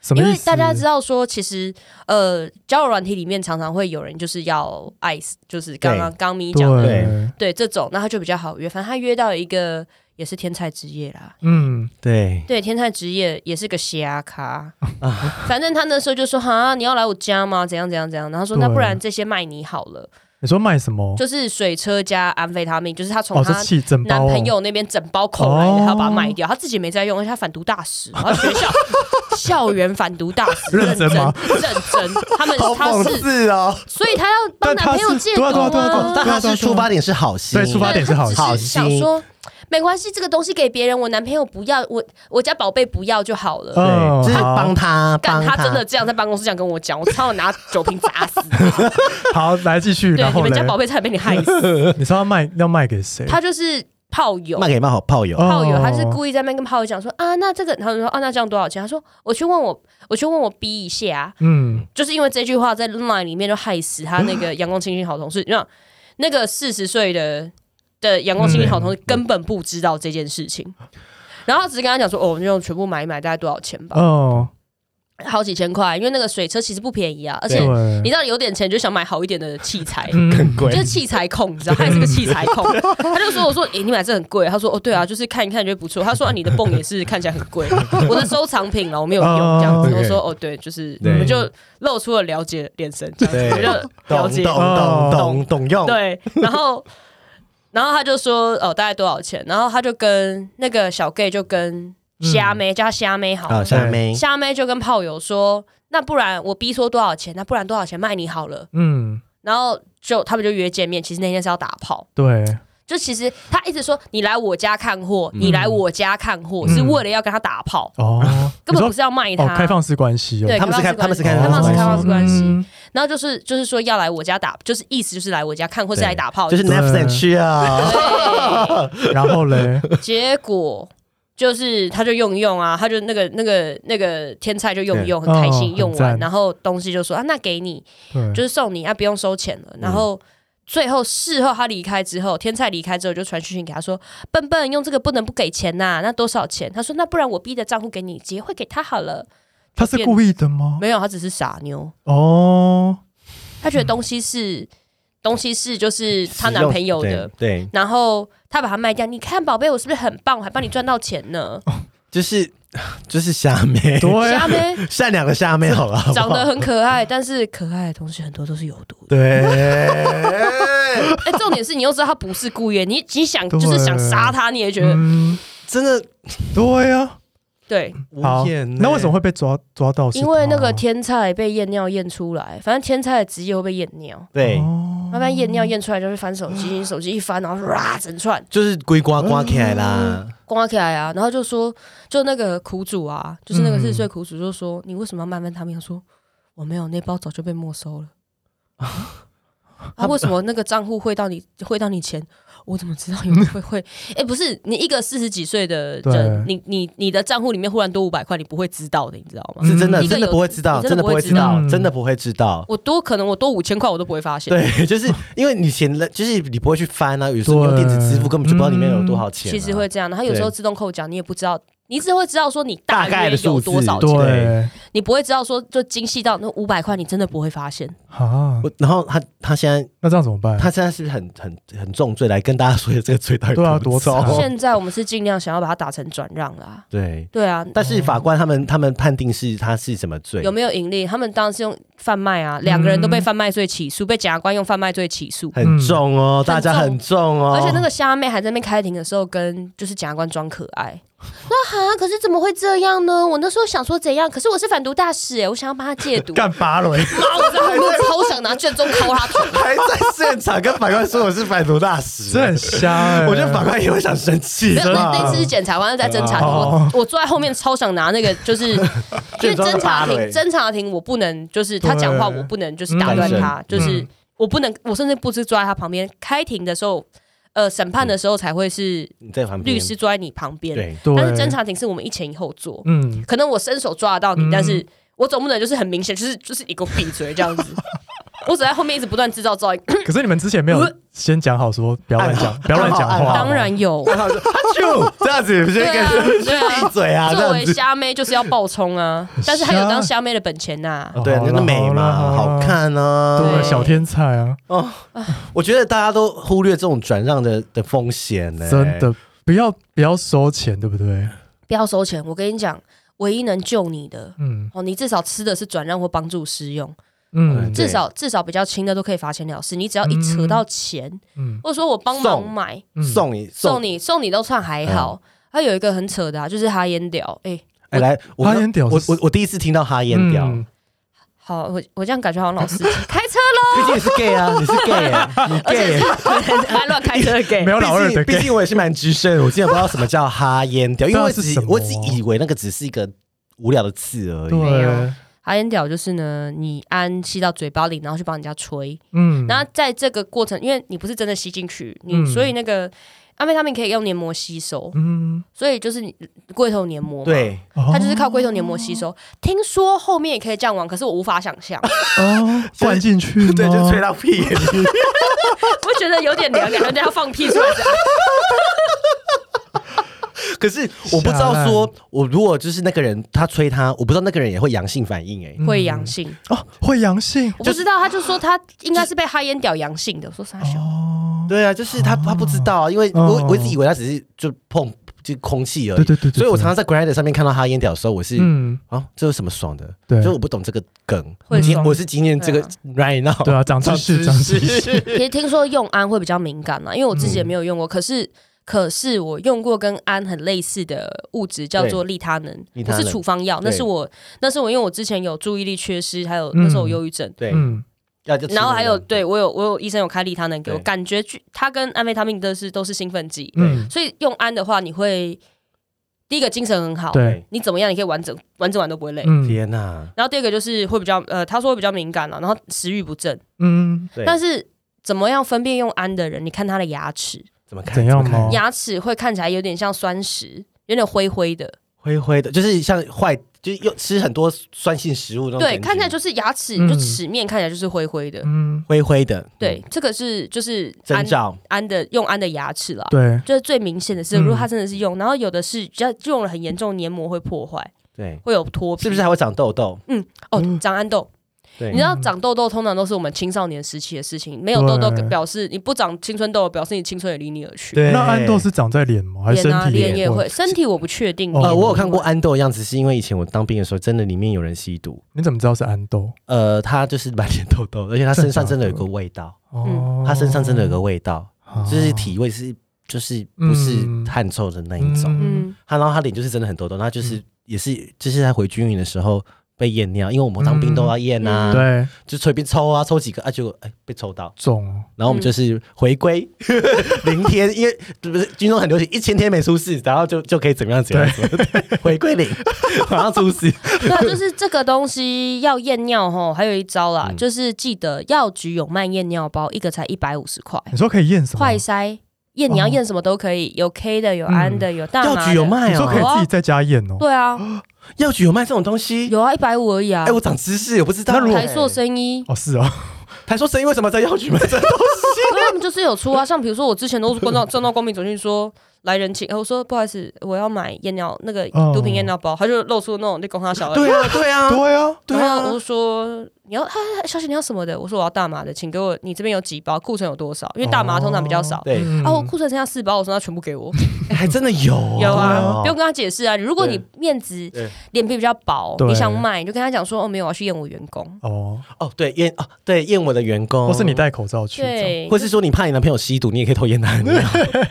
Speaker 1: 什么
Speaker 3: 因
Speaker 1: 意
Speaker 3: 为
Speaker 1: 思？
Speaker 3: 大家知道说，其实呃，交友软体里面常常会有人就是要爱死，就是刚刚刚咪讲的，
Speaker 1: 对，
Speaker 3: 对这种，那他就比较好约。反正他约到一个也是天才职业啦，
Speaker 1: 嗯，
Speaker 2: 对，
Speaker 3: 对，天才职业也是个瞎咖
Speaker 2: 啊
Speaker 3: 反正他那时候就说：“哈，你要来我家吗？怎样怎样怎样？”然后说：“
Speaker 1: 对
Speaker 3: 那不然这些卖你好了，
Speaker 1: 你说卖什么？
Speaker 3: 就是水车加安非他命，就是他从
Speaker 1: 哦，这
Speaker 3: 他
Speaker 1: 气整
Speaker 3: 男
Speaker 1: 包哦
Speaker 3: 朋友那边整包口来的，
Speaker 1: 哦
Speaker 3: 他要把它卖掉，他自己没在用，而且他反毒大使，然后学校校园反毒大使，
Speaker 1: 认真吗
Speaker 3: 认真，认真，他们
Speaker 2: 好
Speaker 3: 他
Speaker 2: 讽
Speaker 3: 是，
Speaker 2: 刺哦。
Speaker 3: 所以他要帮
Speaker 1: 但
Speaker 3: 男
Speaker 1: 他
Speaker 3: 朋
Speaker 1: 是
Speaker 3: 友戒毒
Speaker 1: 对啊对啊对啊
Speaker 3: 哦
Speaker 1: 对啊
Speaker 2: 但他是出发点是好心，
Speaker 1: 对出发点是好心
Speaker 3: 他只是想说，没关系，这个东西给别人，我男朋友不要，我我家宝贝不要就好了。
Speaker 1: 嗯
Speaker 2: 对，就是
Speaker 1: 好
Speaker 2: 帮他，
Speaker 3: 干
Speaker 2: 帮
Speaker 3: 他真的这样在办公室这样跟我讲，我差点拿酒瓶砸死 他。
Speaker 1: 好，来继续，
Speaker 3: 对
Speaker 1: 然，
Speaker 3: 你
Speaker 1: 后
Speaker 3: 们家
Speaker 1: 嘞，
Speaker 3: 宝贝差点被你害 死。
Speaker 1: 你说要卖要卖给谁？
Speaker 3: 他就是炮友，
Speaker 2: 卖给卖好炮友，
Speaker 1: 哦
Speaker 3: 炮友，他是故意在那边跟炮友讲说啊，那这个，然后就说啊，那这样多少钱？他说我去问我，我去问我 B 一下、啊
Speaker 1: 嗯，
Speaker 3: 就是因为这句话在 Line 里面就害死他那个阳光清新好同事，让那个四十岁的的阳光清新好
Speaker 1: 嗯
Speaker 3: 同事根本不知道这件事情。然后他只是跟他讲说，哦，那种全部买一买，大概多少钱吧？
Speaker 1: 哦，
Speaker 3: 好几千块，因为那个水车其实不便宜啊，而且
Speaker 1: 对，
Speaker 3: 你知道有点钱就想买好一点的器材，
Speaker 1: 嗯，
Speaker 2: 贵
Speaker 3: 就是器材控，你知道，他也是个器材控。他就说：“我说，诶、你买这很贵。”他说：“哦，对啊，就是看一看觉得不错。”他说：“啊，你的泵也是看起来很贵，我的收藏品了，我没有用
Speaker 1: 哦
Speaker 3: 这样子。”
Speaker 2: 对
Speaker 3: 我说：“哦，对，就是我
Speaker 2: 对
Speaker 3: 们就露出了了解的眼神，这样
Speaker 2: 对
Speaker 3: 子，我就了
Speaker 2: 懂
Speaker 3: 解嗯
Speaker 2: 懂
Speaker 1: 哦
Speaker 2: 懂懂懂用，
Speaker 3: 对。”然后，然后他就说：“哦，大概多少钱？”然后他就跟那个小 gay 就跟
Speaker 1: 嗯
Speaker 3: 虾妹，叫他虾妹好
Speaker 2: 嗯啊，
Speaker 3: 了，
Speaker 2: 下面
Speaker 3: 虾妹就跟炮友说：“那不然我逼说多少钱？那不然多少钱卖你好了？”
Speaker 1: 嗯，
Speaker 3: 然后就他们就约见面，其实那天是要打炮。
Speaker 1: 对，
Speaker 3: 就其实他一直说你来我家看货，你来我家看货，是为了要跟他打炮，
Speaker 1: 哦，
Speaker 3: 根本
Speaker 1: 你
Speaker 3: 不是要卖
Speaker 1: 说
Speaker 3: 他。
Speaker 1: 哦，开放式关系哦，
Speaker 3: 对，
Speaker 2: 他们是
Speaker 3: 开
Speaker 2: 看他们
Speaker 3: 放
Speaker 2: 是
Speaker 3: 式
Speaker 2: 看
Speaker 3: 关系
Speaker 1: 哦
Speaker 3: 开放式开放式关系。
Speaker 1: 嗯
Speaker 3: 然后就是就是说要来我家打，就是意思就是来我家看或是来打炮，
Speaker 2: 就是 Netflix 去啊，
Speaker 3: 对，
Speaker 1: 然后 嘞，
Speaker 3: 结果就是他就用一用啊，他就那个那个那个天菜就用一用，很开
Speaker 1: 哦
Speaker 3: 心用
Speaker 1: 很
Speaker 3: 完，
Speaker 1: 赞
Speaker 3: 然后东西就说啊，那给你，
Speaker 1: 对，
Speaker 3: 就是送你啊，不用收钱了。
Speaker 1: 嗯
Speaker 3: 然后最后事后他离开之后，天菜离开之后就传讯息给他说，笨笨用这个不能不给钱呐、那多少钱？他说那不然我逼的账户给你，直接汇给他好了。
Speaker 1: 他是故意的吗？
Speaker 3: 没有，他只是傻妞，
Speaker 1: 哦，
Speaker 3: 他觉得东西是、东西是就是她男朋友的。
Speaker 2: 对，对，
Speaker 3: 然后他把它卖掉，你看宝贝，我是不是很棒？我还帮你赚到钱 呢。
Speaker 2: 就是就是虾妹，
Speaker 1: 对啊
Speaker 3: 下面
Speaker 2: 善良的虾妹，好了，好不好
Speaker 3: 长得很可爱，但是可爱的东西很多都是有毒的。
Speaker 2: 对，
Speaker 3: 哎、重点是你又知道他不是故意的，你你想就是
Speaker 1: 对
Speaker 3: 想杀他，你也觉得、
Speaker 1: 嗯，
Speaker 2: 真的
Speaker 1: 对呀，
Speaker 3: 对，
Speaker 2: 无
Speaker 1: 好
Speaker 2: 言欸呢，
Speaker 1: 那为什么会被抓抓到是他？
Speaker 3: 因为那个天菜被验尿验出来，反正天菜的职业会被验尿，
Speaker 2: 对？
Speaker 1: 哦
Speaker 3: 慢慢验尿验出来就会翻手机，你手机一翻，然后啦整串
Speaker 2: 就是龟瓜刮起来啦，
Speaker 3: 刮起来啊，然后就说就那个苦主啊，就是那个
Speaker 1: 嗯
Speaker 3: 四岁苦主就说、你为什么要卖芬他命？他说我没有，那包早就被没收了。啊，为什么那个账户汇到你汇到你钱？我怎么知道有人会汇？哎、不是你一个四十几岁的人，
Speaker 1: 对
Speaker 3: 你你你的账户里面忽然多五百块，你不会知道的，你知道吗？
Speaker 2: 是真的，
Speaker 3: 一个
Speaker 2: 真的
Speaker 3: 有
Speaker 2: 不会知道，
Speaker 3: 嗯你
Speaker 2: 真
Speaker 3: 真
Speaker 2: 的
Speaker 3: 的
Speaker 2: 不会
Speaker 3: 不会
Speaker 2: 知
Speaker 3: 知嗯
Speaker 2: 道
Speaker 1: 道，
Speaker 2: 真的不会知道。
Speaker 3: 我多可能我多五千块我都不会发现。
Speaker 2: 对， 就是因为你钱了，就是你不会去翻啊，有时候用
Speaker 1: 对
Speaker 2: 电子支付根本就不知道里面有多少钱啊，
Speaker 3: 嗯其实会这样，然后有时候
Speaker 2: 对
Speaker 3: 自动扣缴，你也不知道，你只会知道说你
Speaker 2: 大概
Speaker 3: 约
Speaker 2: 的数
Speaker 3: 有多
Speaker 2: 字
Speaker 3: 少钱，
Speaker 1: 对
Speaker 3: 你不会知道说就精细到那五百块，你真的不会发现。
Speaker 1: 啊，
Speaker 2: 我。然后他他现在
Speaker 1: 那这样怎么办？
Speaker 2: 他现在是不是很很很重罪来跟大家说这个 罪到底
Speaker 1: 对啊
Speaker 2: 多
Speaker 1: 多
Speaker 2: 重
Speaker 1: 哦
Speaker 3: 现在我们是尽量想要把它打成转让啦，
Speaker 2: 对，
Speaker 3: 对啊。
Speaker 2: 但是法官他们他们判定是他是什么罪
Speaker 3: 有？没有盈利？他们当然是用贩卖啊，两个人都
Speaker 2: 嗯
Speaker 3: 被贩卖罪起诉，被检察官用贩卖罪起诉。
Speaker 2: 很重哦，大家很
Speaker 3: 嗯很
Speaker 2: 重哦，
Speaker 3: 而且那个虾妹还在那边开庭的时候，跟就是检察官装可 爱，说哈，可是怎么会这样呢？我那时候想说怎样，可是我是反毒大使哎、我想要帮他戒 毒。
Speaker 1: 干拔了，
Speaker 3: 妈，我真的超想拿卷宗敲他头。
Speaker 2: 还在现场跟法官说我是反毒大使，
Speaker 1: 这很瞎哎，
Speaker 2: 我觉得法官也会想生气
Speaker 3: 没有，
Speaker 2: 吧？
Speaker 3: 那那次是检察官在侦查庭，
Speaker 1: 哦
Speaker 3: 我我坐在后面超想拿那个，就是因为侦查庭，
Speaker 2: 对
Speaker 3: 侦查庭我不能就是他讲话，
Speaker 1: 对
Speaker 3: 我不能就是打断他，就是我不能，我甚至不是坐在他旁边。开庭的时候，呃，审判的时候才会是
Speaker 2: 你在旁边，
Speaker 3: 律师坐在你旁边，
Speaker 2: 对，
Speaker 1: 对，
Speaker 3: 但是侦查庭是我们一前一后坐，
Speaker 1: 嗯，
Speaker 3: 可能我伸手抓得到你，
Speaker 1: 嗯
Speaker 3: 但是我总不能就是很明显，就是就是你给我闭嘴这样子。我只在后面一直不断制造噪音，
Speaker 1: 可是你们之前没有先讲好说不要乱讲， 不要乱讲
Speaker 2: 按好
Speaker 1: 话，啊
Speaker 3: 当然有，
Speaker 2: 然后啊就哈啾这样子，先
Speaker 3: 对啊
Speaker 2: 跟，
Speaker 3: 对啊
Speaker 2: 闭，嘴啊，这
Speaker 3: 作
Speaker 2: 样
Speaker 3: 为
Speaker 2: 子。
Speaker 3: 虾妹就是要爆冲啊，但是还有当虾妹的本钱呐、
Speaker 1: 哦，
Speaker 2: 对，
Speaker 1: 好
Speaker 2: 真的
Speaker 1: 啦
Speaker 2: 美嘛，
Speaker 1: 好啦
Speaker 2: 好，看
Speaker 1: 啦
Speaker 2: 啊！
Speaker 1: 对，小天才啊，
Speaker 2: 哦，我觉得大家都忽略这种转让的的风险呢、
Speaker 1: 真，的不要不要收钱，对不对？
Speaker 3: 不要收钱，我跟你讲，唯一能救你的
Speaker 1: 嗯
Speaker 3: 哦，你至少吃的是转让或帮助施用，
Speaker 1: 嗯
Speaker 2: 对
Speaker 3: 至少至少比较轻的都可以罚钱了事。你只要一扯到钱，
Speaker 1: 嗯
Speaker 3: 或者说我帮忙买
Speaker 1: 嗯，
Speaker 2: 送嗯你
Speaker 3: 送
Speaker 2: 你，
Speaker 3: 你送你都算还好。还有一个很扯的、啊，就是哈烟屌，哎、
Speaker 2: 哎、来，我
Speaker 1: 哈烟屌
Speaker 2: 我
Speaker 1: 是
Speaker 2: 我我第一次听到哈烟屌，
Speaker 1: 嗯
Speaker 3: 好，我我这样感觉好像老 司机开车
Speaker 2: 毕竟你是 gay 啊，你是 gay，啊你 gay。
Speaker 3: 了，很 爱乱开车给
Speaker 1: 没。有老二
Speaker 2: 毕
Speaker 1: 的
Speaker 2: 竟，毕
Speaker 1: gay，
Speaker 2: 竟我也是蛮资深的，我之 前不知道什么叫哈烟屌，因为我
Speaker 1: 不知道是
Speaker 2: 只
Speaker 1: 什么
Speaker 2: 我只以为那个只是一个无聊的字而已。
Speaker 3: 没
Speaker 1: 对啊
Speaker 3: 有，哈烟屌就是呢，你安吸到嘴巴里，然后去帮人家吹，
Speaker 1: 嗯，
Speaker 3: 然后在这个过程，因为你不是真的吸进去，你、
Speaker 1: 嗯
Speaker 3: 所以那个安非他命可以用黏膜吸收，
Speaker 1: 嗯，
Speaker 3: 所以就是你龟头黏膜嘛，
Speaker 2: 对，
Speaker 1: 它
Speaker 3: 它就是靠龟头黏膜吸收。听说后面也可以这样玩，可是我无法想象，
Speaker 1: 哦灌进去吗，
Speaker 2: 对，就吹到屁 眼里。
Speaker 3: 我觉得有点凉，感觉要放屁出来这样。
Speaker 2: 可是我不知
Speaker 1: 吓
Speaker 2: 道
Speaker 1: 烂
Speaker 2: 说，我如果就是那个人他吹他，我不知道那个人也会阳性反应哎、
Speaker 1: 嗯
Speaker 3: 会阳性，
Speaker 1: 哦，会阳性
Speaker 3: 我不知道，他就说他应该是被哈烟屌阳性的，我说傻小。
Speaker 1: 哦，
Speaker 2: 对啊，就是他他不知道啊，因为我
Speaker 1: 哦
Speaker 2: 我一直以为他只是就碰就空气而
Speaker 1: 对
Speaker 2: 已。
Speaker 1: 对对，对
Speaker 2: 所以我常常在 Grinder 上面看到哈烟屌的时候，我是
Speaker 1: 嗯，
Speaker 2: 啊，这有什么爽的？
Speaker 1: 对
Speaker 2: 所以我不懂这个梗。
Speaker 3: 会
Speaker 2: 今
Speaker 3: 爽
Speaker 2: 我是今天这个
Speaker 3: 对
Speaker 2: right now，
Speaker 1: 对啊长知识长知
Speaker 2: 识。
Speaker 3: 其实听说用安会比较敏感啊嘛，因为我自
Speaker 2: 嗯
Speaker 3: 己也没有用过，可是。可是我用过跟安很类似的物质，叫做利他能，
Speaker 2: 利他
Speaker 3: 不
Speaker 2: 能
Speaker 3: 是处方药，
Speaker 2: 对
Speaker 3: 那是我那是我因为我之前有注意力缺失，还有
Speaker 1: 嗯
Speaker 3: 那时候有忧郁症，
Speaker 2: 对，
Speaker 1: 嗯
Speaker 2: 要就吃
Speaker 3: 然后还有
Speaker 2: 那个
Speaker 3: 对我有我有医生有开利他能给我，
Speaker 2: 对
Speaker 3: 感觉去它跟安非他命都是都是兴奋剂，
Speaker 1: 嗯，
Speaker 3: 所以用安的话，你会第一个精神很好，
Speaker 1: 对，
Speaker 3: 你怎么样你可以完整完整完都不会累。
Speaker 1: 嗯
Speaker 2: 天哪、
Speaker 3: 然后第二个就是会比较呃，他说会比较敏感了、然后食欲不振，
Speaker 1: 嗯，
Speaker 2: 对，
Speaker 3: 但是怎么样分辨用安的人？你看他的牙齿，
Speaker 2: 怎么看
Speaker 1: 怎样
Speaker 2: 怎么看
Speaker 1: 吗哦
Speaker 3: 牙齿会看起来有点像酸石，有点灰灰的，
Speaker 2: 灰灰的，就是像坏，就是又吃很多酸性食物那种感
Speaker 3: 对，
Speaker 2: 觉，
Speaker 3: 看起来就是牙齿、
Speaker 1: 嗯
Speaker 3: 就齿面看起来就是灰灰的，
Speaker 1: 嗯，
Speaker 2: 灰灰的，
Speaker 3: 对，这个是就是
Speaker 2: 嗯，
Speaker 3: 安
Speaker 2: 征兆，
Speaker 3: 安的用安的牙齿啦。
Speaker 1: 对，
Speaker 3: 就是最明显的是，
Speaker 1: 嗯
Speaker 3: 如果他真的是用，然后有的是只要用了很严重，黏膜会破坏，
Speaker 2: 对，
Speaker 3: 会有脱皮，
Speaker 2: 是不
Speaker 1: 啊
Speaker 2: 是还会长痘痘？
Speaker 3: 哦，
Speaker 1: 嗯
Speaker 3: 长安痘，
Speaker 2: 对
Speaker 3: 你知道长痘痘通常都是我们青少年时期的事情，没有痘痘
Speaker 1: 对
Speaker 3: 表示你不长青春痘，表示你青春也离你而去。
Speaker 2: 对
Speaker 1: 那安豆是长在脸吗？还是
Speaker 3: 脸
Speaker 1: 身
Speaker 3: 啊，
Speaker 1: 体
Speaker 3: 脸也
Speaker 1: 会
Speaker 3: 会，？身体我不确定。
Speaker 1: 哦
Speaker 2: 呃，
Speaker 3: 脸
Speaker 2: 我有看过，安豆的样子，是因为以前我当兵的时候，真的里面有人吸毒，
Speaker 1: 你怎么知道是安豆？
Speaker 2: 呃，他就是满脸痘 痘，而且他身上真的有个味道，
Speaker 1: 哦，
Speaker 2: 嗯他身上真的有个味道，
Speaker 1: 啊，
Speaker 2: 就是体味是就是不是
Speaker 1: 嗯
Speaker 2: 汗臭的那一种，
Speaker 3: 嗯，
Speaker 2: 他然后他脸就是真的很痘痘，那
Speaker 1: 嗯
Speaker 2: 就是也是就是他回军营的时候被验尿，因为我们当兵都要验啊，
Speaker 3: 嗯
Speaker 1: 对，
Speaker 2: 就随便抽啊，抽几个啊，结果哎被抽到，
Speaker 1: 肿哦，
Speaker 2: 然后我们就是回归 零天，因为不是军中很流行一千天没出事，然后就就可以怎么样怎么样，对回归零，马上出事。
Speaker 3: 对啊，就是这个东西要验尿吼，还有一招啦，
Speaker 2: 嗯
Speaker 3: 就是记得药局有卖验尿包，一个才一百五十块，
Speaker 1: 你说可以验什么？
Speaker 3: 快筛验你要
Speaker 1: 哦
Speaker 3: 验什么都可以，有 K 的，有安的，有大
Speaker 2: 嗯
Speaker 3: 麻
Speaker 2: 药
Speaker 3: 的
Speaker 2: 局有，卖
Speaker 1: 你说可以
Speaker 2: 哦，
Speaker 1: 自己在家验哦？
Speaker 3: 对啊，
Speaker 2: 药局有卖这种东西。
Speaker 3: 有啊，一百五而已啊
Speaker 2: 哎，。我长知识，我不知道。哎
Speaker 1: 那如果
Speaker 3: 台塑生医，
Speaker 1: 哦，是哦，
Speaker 2: 台说生意为什么在药局卖这种？
Speaker 3: 因为他们就是有出啊， 像比如说我之前都是逛 到正到光明走进说来人请，哎我说不好意思，我要买验尿那个
Speaker 1: 哦
Speaker 3: 毒品验尿包，他就露出那种那供他小的。
Speaker 2: 对啊，对啊，
Speaker 1: 对啊，
Speaker 2: 对
Speaker 3: 然后我
Speaker 2: 啊
Speaker 3: 就。说你要，他小姐你要什么的？我说我要大麻的，请给我你这边有几包，库存有多少？因为大麻通常比较少。
Speaker 2: 对，
Speaker 1: 嗯
Speaker 3: 啊，我库存剩下四包，我说那全部给我。
Speaker 2: 哎还真的有哦
Speaker 3: 有啊，不
Speaker 2: 对
Speaker 3: 用跟他解释啊。如果你面子
Speaker 2: 对
Speaker 3: 脸皮比较薄，
Speaker 1: 对
Speaker 3: 你想卖，你就跟他讲说哦，没有，我要去验我员工。
Speaker 1: 哦，
Speaker 2: 哦，对验哦，对验我的员工，
Speaker 1: 或是你，戴口罩去，
Speaker 3: 对，
Speaker 2: 或是说你怕你男朋友吸毒，你也可以偷验他的尿。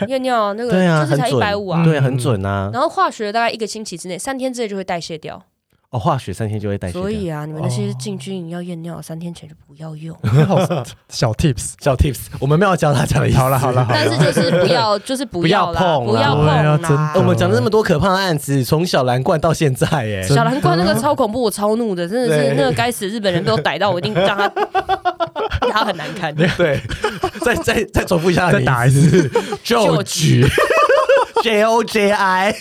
Speaker 3: 验尿那个
Speaker 2: 对啊，
Speaker 3: 就
Speaker 2: 很
Speaker 3: 是才一
Speaker 2: 准
Speaker 3: 百五啊。
Speaker 2: 对，很准啊。
Speaker 3: 然后化学大概一个星期之内，三天之内就会代谢掉。
Speaker 2: 哦，化学三天就会代谢掉。
Speaker 3: 所以啊，你们那些
Speaker 1: 哦
Speaker 3: 进军营要验尿，三天前就 不要用。
Speaker 1: 这样 好小 tips。
Speaker 2: 小 tips，我们没有教大家的意思。
Speaker 1: 好了好了好了
Speaker 3: 但是就是不要，就是不要啦，
Speaker 2: 不
Speaker 3: 不
Speaker 2: 要
Speaker 3: 要
Speaker 1: 啦
Speaker 2: 碰
Speaker 3: 碰
Speaker 1: 对啊
Speaker 3: 啦。
Speaker 1: 真的
Speaker 2: 哎我们讲了那么多可怕的案子，从小蓝冠到现在、哎，
Speaker 1: 真的
Speaker 3: 小蓝怪那个超恐怖，我超怒的，真的
Speaker 2: 对
Speaker 3: 是那个该死的日本人被我逮到，我一定让他 他很难堪。
Speaker 2: 对，再再再重复一下，
Speaker 1: 再打一次，
Speaker 2: 就局 J O J I，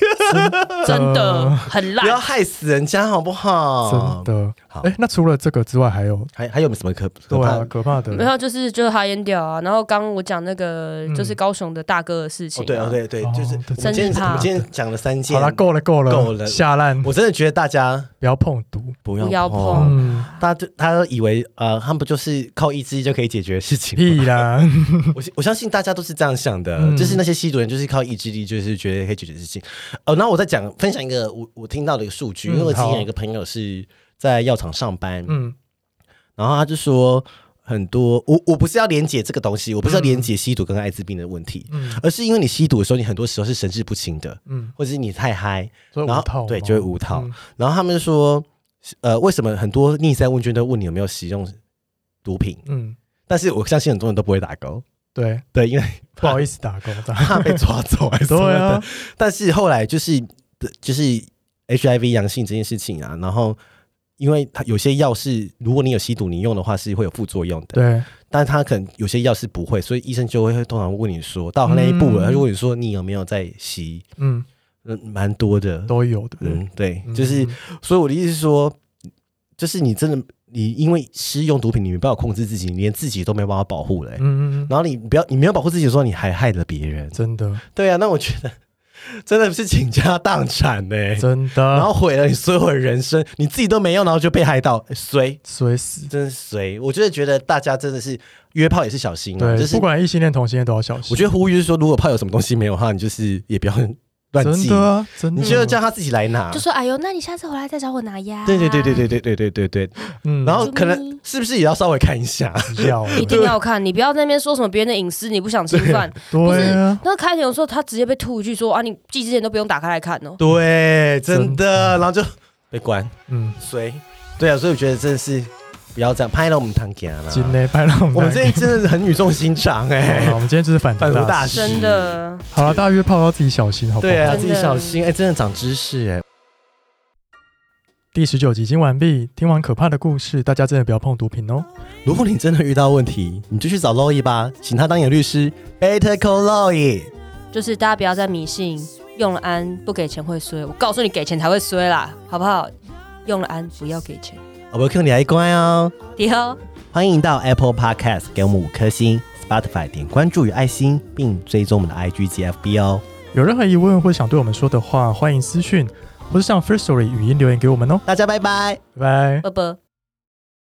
Speaker 3: 真的很
Speaker 2: 不要
Speaker 3: 烂。
Speaker 2: 害死人家好不好
Speaker 1: 真？的。
Speaker 2: 哦好
Speaker 1: 哎，那除了这个之外，还有
Speaker 2: 还还有没有什么可可
Speaker 1: 对
Speaker 2: 怕
Speaker 1: 啊，
Speaker 2: 的？
Speaker 1: 可怕
Speaker 3: 没
Speaker 1: 的，
Speaker 3: 有，就是就是哈烟掉啊。然后刚刚我讲那个
Speaker 1: 嗯
Speaker 3: 就是高雄的大哥的事情、啊
Speaker 2: 哦，对哦，，对对，
Speaker 1: 哦
Speaker 2: 就是
Speaker 1: 对
Speaker 2: 我们今天
Speaker 3: 生日趴
Speaker 2: 我们今天讲了三件，
Speaker 1: 好了，够了够了，
Speaker 2: 够了
Speaker 1: 下烂，
Speaker 2: 我真的觉得大家
Speaker 1: 不要碰毒。
Speaker 2: 不
Speaker 3: 不要
Speaker 2: 碰
Speaker 3: 碰，
Speaker 1: 嗯，
Speaker 2: 大家就大家都以为呃，他们不就是靠意志力就可以解决的事情吗？
Speaker 1: 屁啦，
Speaker 2: 我相我相信大家都是这样想的，
Speaker 1: 嗯
Speaker 2: 就是那些吸毒人就是靠意志力，就是觉得可以解决事情。哦，那我再讲分享一个我我听到的一个数据，
Speaker 1: 嗯
Speaker 2: 因为我之前
Speaker 1: 好
Speaker 2: 有一个朋友是在药厂上班，
Speaker 1: 嗯，
Speaker 2: 然后他就说很多我我不是要连结这个东西，我不是要连结吸毒跟艾滋病的问题，
Speaker 1: 嗯
Speaker 2: 而是因为你吸毒的时候，你很多时候是神志不清的，
Speaker 1: 嗯，
Speaker 2: 或者是你太嗨，
Speaker 1: 所以
Speaker 2: 然
Speaker 1: 无
Speaker 2: 后
Speaker 1: 套嘛，
Speaker 2: 对就会无套。
Speaker 1: 嗯
Speaker 2: 然后他们就说，呃，为什么很多逆塞问卷都问你有没有使用毒品？
Speaker 1: 嗯，
Speaker 2: 但是我相信很多人都不会打勾，
Speaker 1: 对，
Speaker 2: 对，因为
Speaker 1: 不好意思打勾，这样
Speaker 2: 怕被抓走还是什么
Speaker 1: 对
Speaker 2: 的。
Speaker 1: 啊，
Speaker 2: 但是后来就是就是 HIV 阳性这件事情啊，然后因为它有些药是如果你有吸毒，你用的话是会有副作用的，
Speaker 1: 对，
Speaker 2: 但是它可能有些药是不会，所以医生就会通常问你说到那一步
Speaker 1: 嗯
Speaker 2: 了，他就问你说你有没有在吸，
Speaker 1: 嗯，
Speaker 2: 嗯，蛮多的，
Speaker 1: 都有，对不对？
Speaker 2: 嗯，对，
Speaker 1: 嗯
Speaker 2: 就是
Speaker 1: 嗯
Speaker 2: 所以我的意思是说，就是你真的你因为吸用毒品，你没办法控制自己，你连自己都没办法保护了欸、
Speaker 1: 嗯，嗯嗯
Speaker 2: 然后你不要，你没有保护自己的时候，你还害了别人。
Speaker 1: 真 的，
Speaker 2: 对啊，那我觉得真的是倾家荡产呢、
Speaker 1: 真
Speaker 2: 然
Speaker 1: 的，啊
Speaker 2: 后毁了你所有的人生，你自己都没用，然后就被害到，欸衰，
Speaker 1: 随时
Speaker 2: 真的衰。我真的觉得大家真的是约炮也是小心啊，
Speaker 1: 对
Speaker 2: 就，是
Speaker 1: 不管异性恋、同性恋都要小心。
Speaker 2: 我觉得呼吁是说，如果炮有什么东西没有的话，你就是也不要乱
Speaker 1: 真
Speaker 2: 寄，
Speaker 1: 的啊，真的，
Speaker 2: 你就叫他自己来拿
Speaker 3: 就。说哎呦，那你下次回来再找我拿呀。
Speaker 2: 对对对对对对对对对对，
Speaker 1: 啊嗯，
Speaker 2: 然后可能是不是也要稍微看一下？
Speaker 1: 要
Speaker 3: 一定要看，你不要在那边说什么别人的隐私，你不想侵犯。不是
Speaker 1: 对啊，，
Speaker 3: 那开头有时候他直接被吐一句说啊，你寄之前都不用打开来看哦。
Speaker 2: 对，
Speaker 1: 真
Speaker 2: 真的，然后就被关
Speaker 1: 嗯，
Speaker 2: 谁？对啊，所以我觉得真的是不要这样拍了我们堂家了。
Speaker 1: 今天拍到我们
Speaker 2: 我们
Speaker 1: 大
Speaker 2: 这
Speaker 1: 家
Speaker 2: 一真的是很语重心长哎、
Speaker 1: 好我们今天就是反
Speaker 2: 反
Speaker 1: 毒
Speaker 2: 毒
Speaker 1: 大
Speaker 2: 大
Speaker 1: 师。
Speaker 2: 师
Speaker 3: 真的，
Speaker 1: 好了，大约泡到自己小心，好不好？
Speaker 2: 对啊，
Speaker 3: 真
Speaker 2: 自
Speaker 3: 的
Speaker 2: 己小心哎、真的长知识哎、
Speaker 1: 第十九集已经完毕，听完可怕的故事，大家真的不要碰毒品哦。
Speaker 2: 如果你真的遇到问题，你就去找 Loy 吧，请他当你的律师，Better call Loy。
Speaker 3: 就是大家不要再迷信，用了安不给钱会衰，我告诉你，给钱才会衰啦，好不好？用了安不要给钱，
Speaker 2: 我们 Q 你来乖哦。
Speaker 3: 第二。
Speaker 2: 欢迎到 Apple Podcast 给我们五颗星，Spotify 点关注与爱心，并追踪我们的 IG 及 FB 哦。
Speaker 1: 有任何疑问或想对我们说的话，欢迎私讯或是上 First Story 语音留言给我们哦。
Speaker 2: 大家拜拜。
Speaker 1: 拜拜。
Speaker 3: 啵啵。